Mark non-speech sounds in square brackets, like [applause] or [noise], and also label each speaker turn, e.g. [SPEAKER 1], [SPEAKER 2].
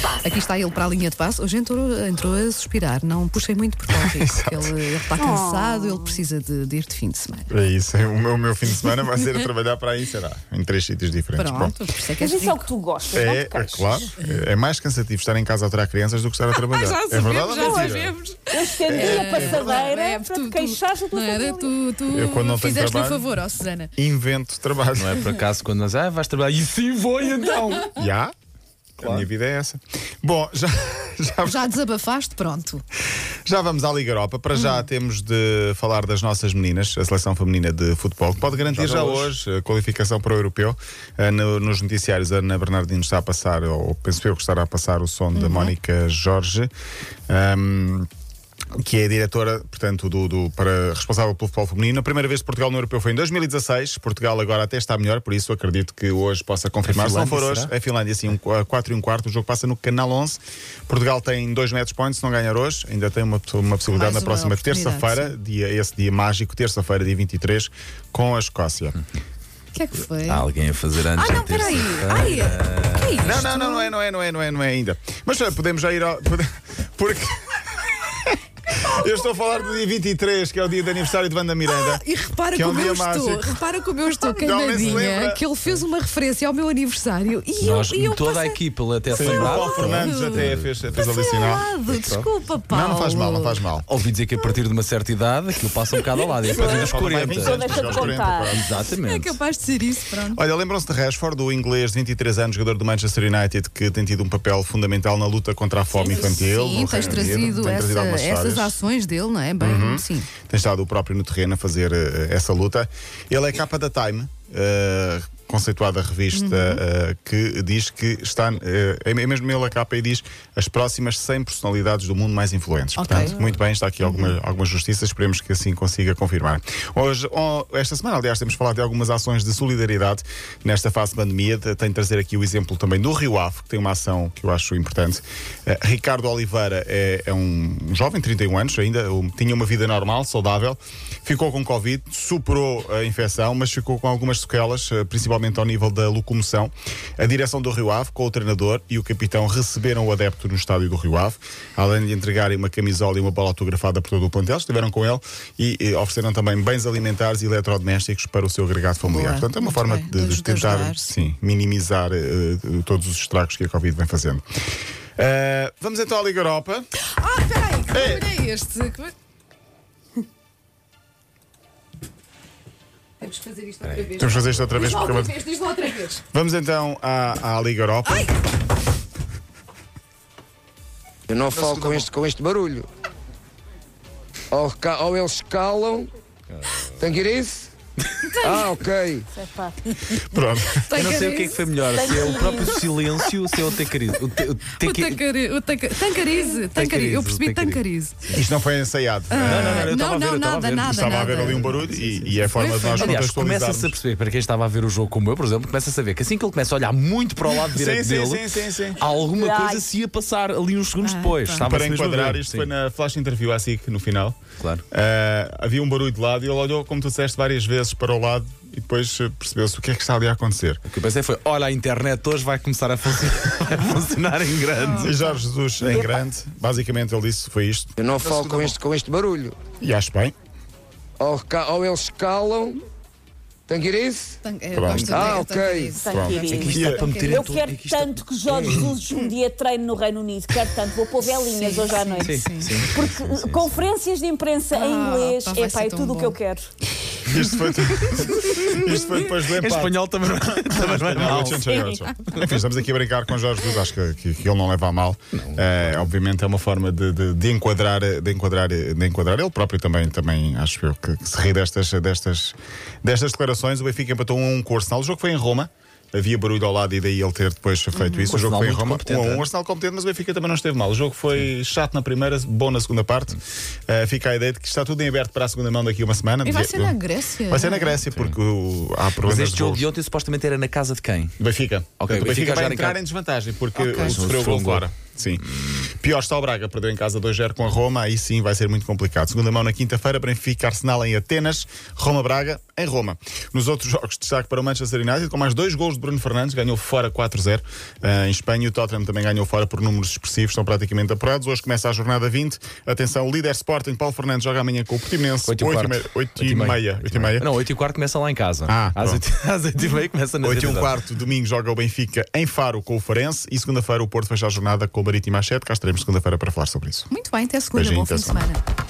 [SPEAKER 1] passe.
[SPEAKER 2] Aqui está ele para a linha de passo. Hoje entrou, entrou a suspirar. Não puxei muito
[SPEAKER 3] [laughs]
[SPEAKER 2] por causa disso. porque ele, ele está cansado, ele precisa de, de ir de fim de semana.
[SPEAKER 3] É isso. O meu, o meu fim de semana vai ser a trabalhar para aí, será? Em três sítios diferentes. Pronto.
[SPEAKER 2] Pronto, por isso é que
[SPEAKER 1] Mas
[SPEAKER 2] és
[SPEAKER 1] isso é o
[SPEAKER 2] rico.
[SPEAKER 1] que tu gostas,
[SPEAKER 4] Então
[SPEAKER 1] não
[SPEAKER 3] É,
[SPEAKER 1] te
[SPEAKER 3] é
[SPEAKER 1] queixes.
[SPEAKER 3] claro. É é mais cansativo estar em casa a aturar crianças do
[SPEAKER 4] [laughs]
[SPEAKER 3] que estar a trabalhar.
[SPEAKER 4] já
[SPEAKER 3] é verdade
[SPEAKER 4] sabemos, já
[SPEAKER 3] ou mentira?
[SPEAKER 4] sabemos.
[SPEAKER 1] Eu
[SPEAKER 5] É,
[SPEAKER 1] estendi é a passadeira
[SPEAKER 2] É, tu-
[SPEAKER 1] para
[SPEAKER 2] tu-
[SPEAKER 1] te queixares da tua
[SPEAKER 2] Não era?
[SPEAKER 1] família.
[SPEAKER 2] Tu, tu
[SPEAKER 3] Eu, quando não tenho
[SPEAKER 2] fizeste um
[SPEAKER 3] trabalho-
[SPEAKER 2] favor, ó Susana.
[SPEAKER 3] Invento trabalho.
[SPEAKER 5] Não é por acaso quando nós. Ah, vais trabalhar. E sim, vou então.
[SPEAKER 3] Já? A minha vida é essa. Bom, já, [laughs] já,
[SPEAKER 2] Já desabafaste, pronto.
[SPEAKER 3] já vamos à Liga Europa. Para já temos de falar das nossas meninas, a seleção feminina de futebol, que pode garantir já, hoje. a qualificação para o europeu. Ah, no- nos noticiários, a Ana Bernardino está a passar, ou penso eu que estará a passar, o som da Mónica Jorge. Ahm, que é a diretora, portanto, do, do- para, responsável pelo futebol feminino. A primeira vez de Portugal no Europeu foi em 2016. Portugal agora até está melhor, por isso acredito que hoje possa confirmar.
[SPEAKER 5] A
[SPEAKER 3] Se não for
[SPEAKER 5] É Finlândia,
[SPEAKER 3] hoje,
[SPEAKER 5] será?
[SPEAKER 3] a Finlândia, sim, um, a 4 e um quarto. O jogo passa no Canal 11. Portugal tem dois match points, se não ganhar hoje. Ainda tem uma, uma possibilidade
[SPEAKER 2] Mais uma
[SPEAKER 3] na próxima
[SPEAKER 2] oportunidade,
[SPEAKER 3] terça-feira, dia, esse dia mágico, terça-feira, dia 23, com a Escócia.
[SPEAKER 2] O que é que foi?
[SPEAKER 5] Há alguém a fazer anos
[SPEAKER 2] Ah, não,
[SPEAKER 5] de
[SPEAKER 2] peraí.
[SPEAKER 5] terça-feira.
[SPEAKER 2] Ai, o que é isto?
[SPEAKER 3] Ah. Não, não, não, não é, não é, não é, não é, não é ainda. Mas olha, podemos já ir ao. pode- [laughs] Porque. Eu estou a falar do dia 23, que é o dia de aniversário de Wanda Miranda.
[SPEAKER 2] E repara
[SPEAKER 3] Que é um
[SPEAKER 2] como eu
[SPEAKER 3] dia
[SPEAKER 2] estou,
[SPEAKER 3] mágico.
[SPEAKER 2] repara como eu estou
[SPEAKER 3] [laughs] Não, nem se
[SPEAKER 2] queimadinha,
[SPEAKER 3] lembra.
[SPEAKER 2] que ele fez uma referência ao meu aniversário e
[SPEAKER 5] Nós,
[SPEAKER 2] eu, e eu
[SPEAKER 5] toda a
[SPEAKER 2] passei-
[SPEAKER 5] equipa,
[SPEAKER 2] é
[SPEAKER 5] até
[SPEAKER 3] Sim,
[SPEAKER 5] foi
[SPEAKER 3] o
[SPEAKER 5] lá.
[SPEAKER 3] Paulo Fernandes até fez, fez ali
[SPEAKER 2] passei ao
[SPEAKER 3] sinal.
[SPEAKER 2] lado. é Desculpa, Paulo.
[SPEAKER 3] Não, não faz mal, não faz mal.
[SPEAKER 5] Ouvi dizer que a partir de uma certa idade que eu passo um bocado ao lado. É a partir dos
[SPEAKER 3] Falta mais
[SPEAKER 2] Então
[SPEAKER 3] 20 anos,
[SPEAKER 5] 40.
[SPEAKER 1] deixa de
[SPEAKER 3] aos 40,
[SPEAKER 1] contar.
[SPEAKER 3] quase.
[SPEAKER 2] É
[SPEAKER 5] Exatamente.
[SPEAKER 2] capaz de ser isso, pronto.
[SPEAKER 3] Olha, lembram-se de Rashford, o inglês de 23 anos, jogador do Manchester United, que tem tido um papel fundamental na luta contra a fome infantil.
[SPEAKER 2] Sim,
[SPEAKER 3] no
[SPEAKER 2] tens
[SPEAKER 3] Reino
[SPEAKER 2] trazido
[SPEAKER 3] Unido. Tem
[SPEAKER 2] essa-
[SPEAKER 3] algumas
[SPEAKER 2] essas
[SPEAKER 3] histórias.
[SPEAKER 2] ações dele, não é? Bem, sim.
[SPEAKER 3] tem estado o próprio no terreno a fazer eh, essa luta. Ele é capa da Time, eh, conceituada
[SPEAKER 2] Uhum.
[SPEAKER 3] revista eh, que diz que está, eh, é mesmo ele a capa e diz as próximas 100 personalidades do mundo mais influentes.
[SPEAKER 2] Ok.
[SPEAKER 3] Portanto, muito bem, está aqui alguma, alguma justiça, esperemos que assim consiga confirmar. Hoje, oh, esta semana, aliás, temos falado de algumas ações de solidariedade nesta fase de pandemia. Te- Tenho de trazer aqui o exemplo também do Rio Ave, que tem uma ação que eu acho importante. Eh, Ricardo Oliveira é, é um jovem, 31 anos ainda, um- tinha uma vida normal, saudável, ficou com Covid, superou a infecção, mas ficou com algumas sequelas, eh, principalmente ao nível da locomoção. A direção do Rio Ave, com o treinador e o capitão, receberam o adepto no estádio do Rio Ave, além de entregarem uma camisola e uma bola autografada por todo o plantel, estiveram com ele e, eh, ofereceram também bens alimentares e eletrodomésticos para o seu agregado familiar.
[SPEAKER 2] Boa,
[SPEAKER 3] Portanto, é uma
[SPEAKER 2] muito
[SPEAKER 3] forma
[SPEAKER 2] bem,
[SPEAKER 3] de, de
[SPEAKER 2] de
[SPEAKER 3] tentar
[SPEAKER 2] ajudar.
[SPEAKER 3] sim, minimizar eh, todos os estragos que a Covid vem fazendo. Eh, vamos então à Liga Europa.
[SPEAKER 2] Ah, peraí, que
[SPEAKER 3] Ei.
[SPEAKER 2] barulho é este? Que barulho- Temos que fazer isto outra vez.
[SPEAKER 3] Temos que fazer isto outra vez porque eu vou-
[SPEAKER 2] diz lá outra
[SPEAKER 3] [laughs]
[SPEAKER 2] vez.
[SPEAKER 3] Vamos então à, à Liga Europa.
[SPEAKER 6] Eu não falo com este, com este barulho. Ou, ca- ou eles calam. Tem que ir a isso? Ah, ok.
[SPEAKER 3] [laughs] Pronto.
[SPEAKER 5] Eu não sei o que é que foi melhor, se é o próprio silêncio ou se é o tacarido. O, te, o,
[SPEAKER 2] O
[SPEAKER 5] tequi-
[SPEAKER 2] tancari, o tanca- tancarize, tancarize, eu percebi
[SPEAKER 5] Tancarize,
[SPEAKER 2] tancarize.
[SPEAKER 3] Isto não foi ensaiado.
[SPEAKER 5] Ah, Não, não,
[SPEAKER 3] Eh,
[SPEAKER 5] não,
[SPEAKER 2] Não, não,
[SPEAKER 5] eu estava a ver, eu estava a
[SPEAKER 2] nada,
[SPEAKER 5] ver.
[SPEAKER 2] nada.
[SPEAKER 3] Estava a haver ali um barulho e, e é a forma de nós
[SPEAKER 5] Aliás,
[SPEAKER 3] contextualizarmos.
[SPEAKER 5] começa-se a perceber, para quem estava a ver o jogo como eu, por exemplo, começa-se a ver que assim que ele começa a olhar muito para o lado
[SPEAKER 3] [laughs]
[SPEAKER 5] direito
[SPEAKER 3] sim, sim,
[SPEAKER 5] dele,
[SPEAKER 3] sim, sim.
[SPEAKER 5] alguma
[SPEAKER 1] Ai.
[SPEAKER 5] coisa se ia passar ali uns segundos
[SPEAKER 2] Ah,
[SPEAKER 5] depois.
[SPEAKER 2] pá.
[SPEAKER 5] Estava
[SPEAKER 3] Para enquadrar, isto foi na flash interview à SIC no final.
[SPEAKER 5] Claro.
[SPEAKER 3] Eh, havia um barulho de lado e ele olhou, como tu disseste, várias vezes para o lado e depois eh, percebeu-se o que é que está ali a acontecer.
[SPEAKER 5] O que eu pensei foi: olha, a internet hoje vai começar a funcionar, [laughs] vai funcionar em grande.
[SPEAKER 3] E Jorge Jesus, em grande, basicamente ele disse foi isto.
[SPEAKER 6] Eu não falo com este, com este barulho.
[SPEAKER 3] E acho bem. [laughs]
[SPEAKER 6] Ou, ca- ou eles calam. Tem que ir a isso?
[SPEAKER 2] Tan- eu
[SPEAKER 3] Pronto.
[SPEAKER 2] gosto de-
[SPEAKER 6] Ah,
[SPEAKER 2] tancarize.
[SPEAKER 1] Tem
[SPEAKER 6] ok.
[SPEAKER 1] que ir isso.
[SPEAKER 3] isto está é para
[SPEAKER 5] meter em
[SPEAKER 1] Tá, Eu
[SPEAKER 5] tudo,
[SPEAKER 1] quero
[SPEAKER 5] é que isto-
[SPEAKER 1] tanto que Jorge Jesus um dia treine no Reino Unido. Quero tanto. Vou pôr velinhas
[SPEAKER 2] Sim,
[SPEAKER 1] hoje à
[SPEAKER 2] sim,
[SPEAKER 1] noite.
[SPEAKER 5] Sim, sim. sim.
[SPEAKER 1] Porque conferências de imprensa em
[SPEAKER 2] Ah,
[SPEAKER 1] inglês
[SPEAKER 2] pá, vai
[SPEAKER 1] epá,
[SPEAKER 2] ser
[SPEAKER 1] é
[SPEAKER 2] tão
[SPEAKER 1] tudo o
[SPEAKER 2] bom.
[SPEAKER 1] que eu quero.
[SPEAKER 3] Isto foi, [laughs] isto foi depois do
[SPEAKER 5] Em
[SPEAKER 3] empate.
[SPEAKER 5] espanhol
[SPEAKER 3] [laughs]
[SPEAKER 5] também não- também não é
[SPEAKER 3] Não,
[SPEAKER 5] mal.
[SPEAKER 3] oito cento e oito. Enfim, estamos aqui a brincar com Jorge Jesus, acho que, que- que ele não leva a mal. Eh, obviamente é uma forma de, de- de enquadrar, de, enquadrar, de enquadrar. Ele próprio também, também acho eu, que, que se ri destas, destas, destas declarações. O Benfica empatou um a um com o Arsenal. O jogo foi em Roma. Havia barulho ao lado e daí ele ter depois feito isso. O jogo
[SPEAKER 5] Uhum. Arsenal
[SPEAKER 3] foi em
[SPEAKER 5] muito
[SPEAKER 3] Roma. Um
[SPEAKER 5] competente,
[SPEAKER 3] a um.
[SPEAKER 5] é?
[SPEAKER 3] O Arsenal competente, mas o Benfica também não esteve mal. O jogo foi chato na primeira, bom na segunda parte. Eh, fica a ideia de que está tudo em aberto para a segunda mão daqui a uma semana.
[SPEAKER 2] E vai ser na Grécia.
[SPEAKER 3] Vai ser na Grécia, porque o- há problemas
[SPEAKER 5] Mas este
[SPEAKER 3] de
[SPEAKER 5] jogo
[SPEAKER 3] golos.
[SPEAKER 5] de ontem supostamente era na casa de quem?
[SPEAKER 3] Benfica.
[SPEAKER 5] Ok,
[SPEAKER 3] Portanto, o
[SPEAKER 5] Benfica
[SPEAKER 3] Benfica
[SPEAKER 5] já
[SPEAKER 3] vai
[SPEAKER 5] em
[SPEAKER 3] entrar
[SPEAKER 5] casa.
[SPEAKER 3] em desvantagem porque
[SPEAKER 2] Ok.
[SPEAKER 3] o sofreu o gol
[SPEAKER 5] Sofreu um gol.
[SPEAKER 3] fora. Sim. Pior está o Braga, perdeu em casa 2-0 com a Roma, aí sim vai ser muito complicado. Segunda mão na quinta-feira, Benfica Arsenal em Atenas, Roma-Braga em Roma. Nos outros jogos, destaque para o Manchester United, com mais dois gols de Bruno Fernandes, ganhou fora 4-0 eh, em Espanha. O Tottenham também ganhou fora por números expressivos, estão praticamente apurados. Hoje começa a jornada 20. Atenção, líder Sporting, Paulo Fernandes joga amanhã com o Portimonense, 8
[SPEAKER 5] 8 e quarto.
[SPEAKER 3] e meia. 8 e meia.
[SPEAKER 5] Não, 8 e quarto começa lá em casa.
[SPEAKER 3] É? Ah,
[SPEAKER 5] às
[SPEAKER 3] pronto.
[SPEAKER 5] 8, [laughs] às 8 e meia começa na
[SPEAKER 3] 8 e um
[SPEAKER 5] cidade.
[SPEAKER 3] quarto, domingo joga o Benfica em Faro com o Farense e segunda-feira o Porto fecha a jornada com o Marítimo às 7. Cá estaremos segunda-feira para falar sobre isso.
[SPEAKER 2] Muito bem, até segunda.
[SPEAKER 3] Beijinho,
[SPEAKER 2] Bom fim
[SPEAKER 3] até
[SPEAKER 2] de semana.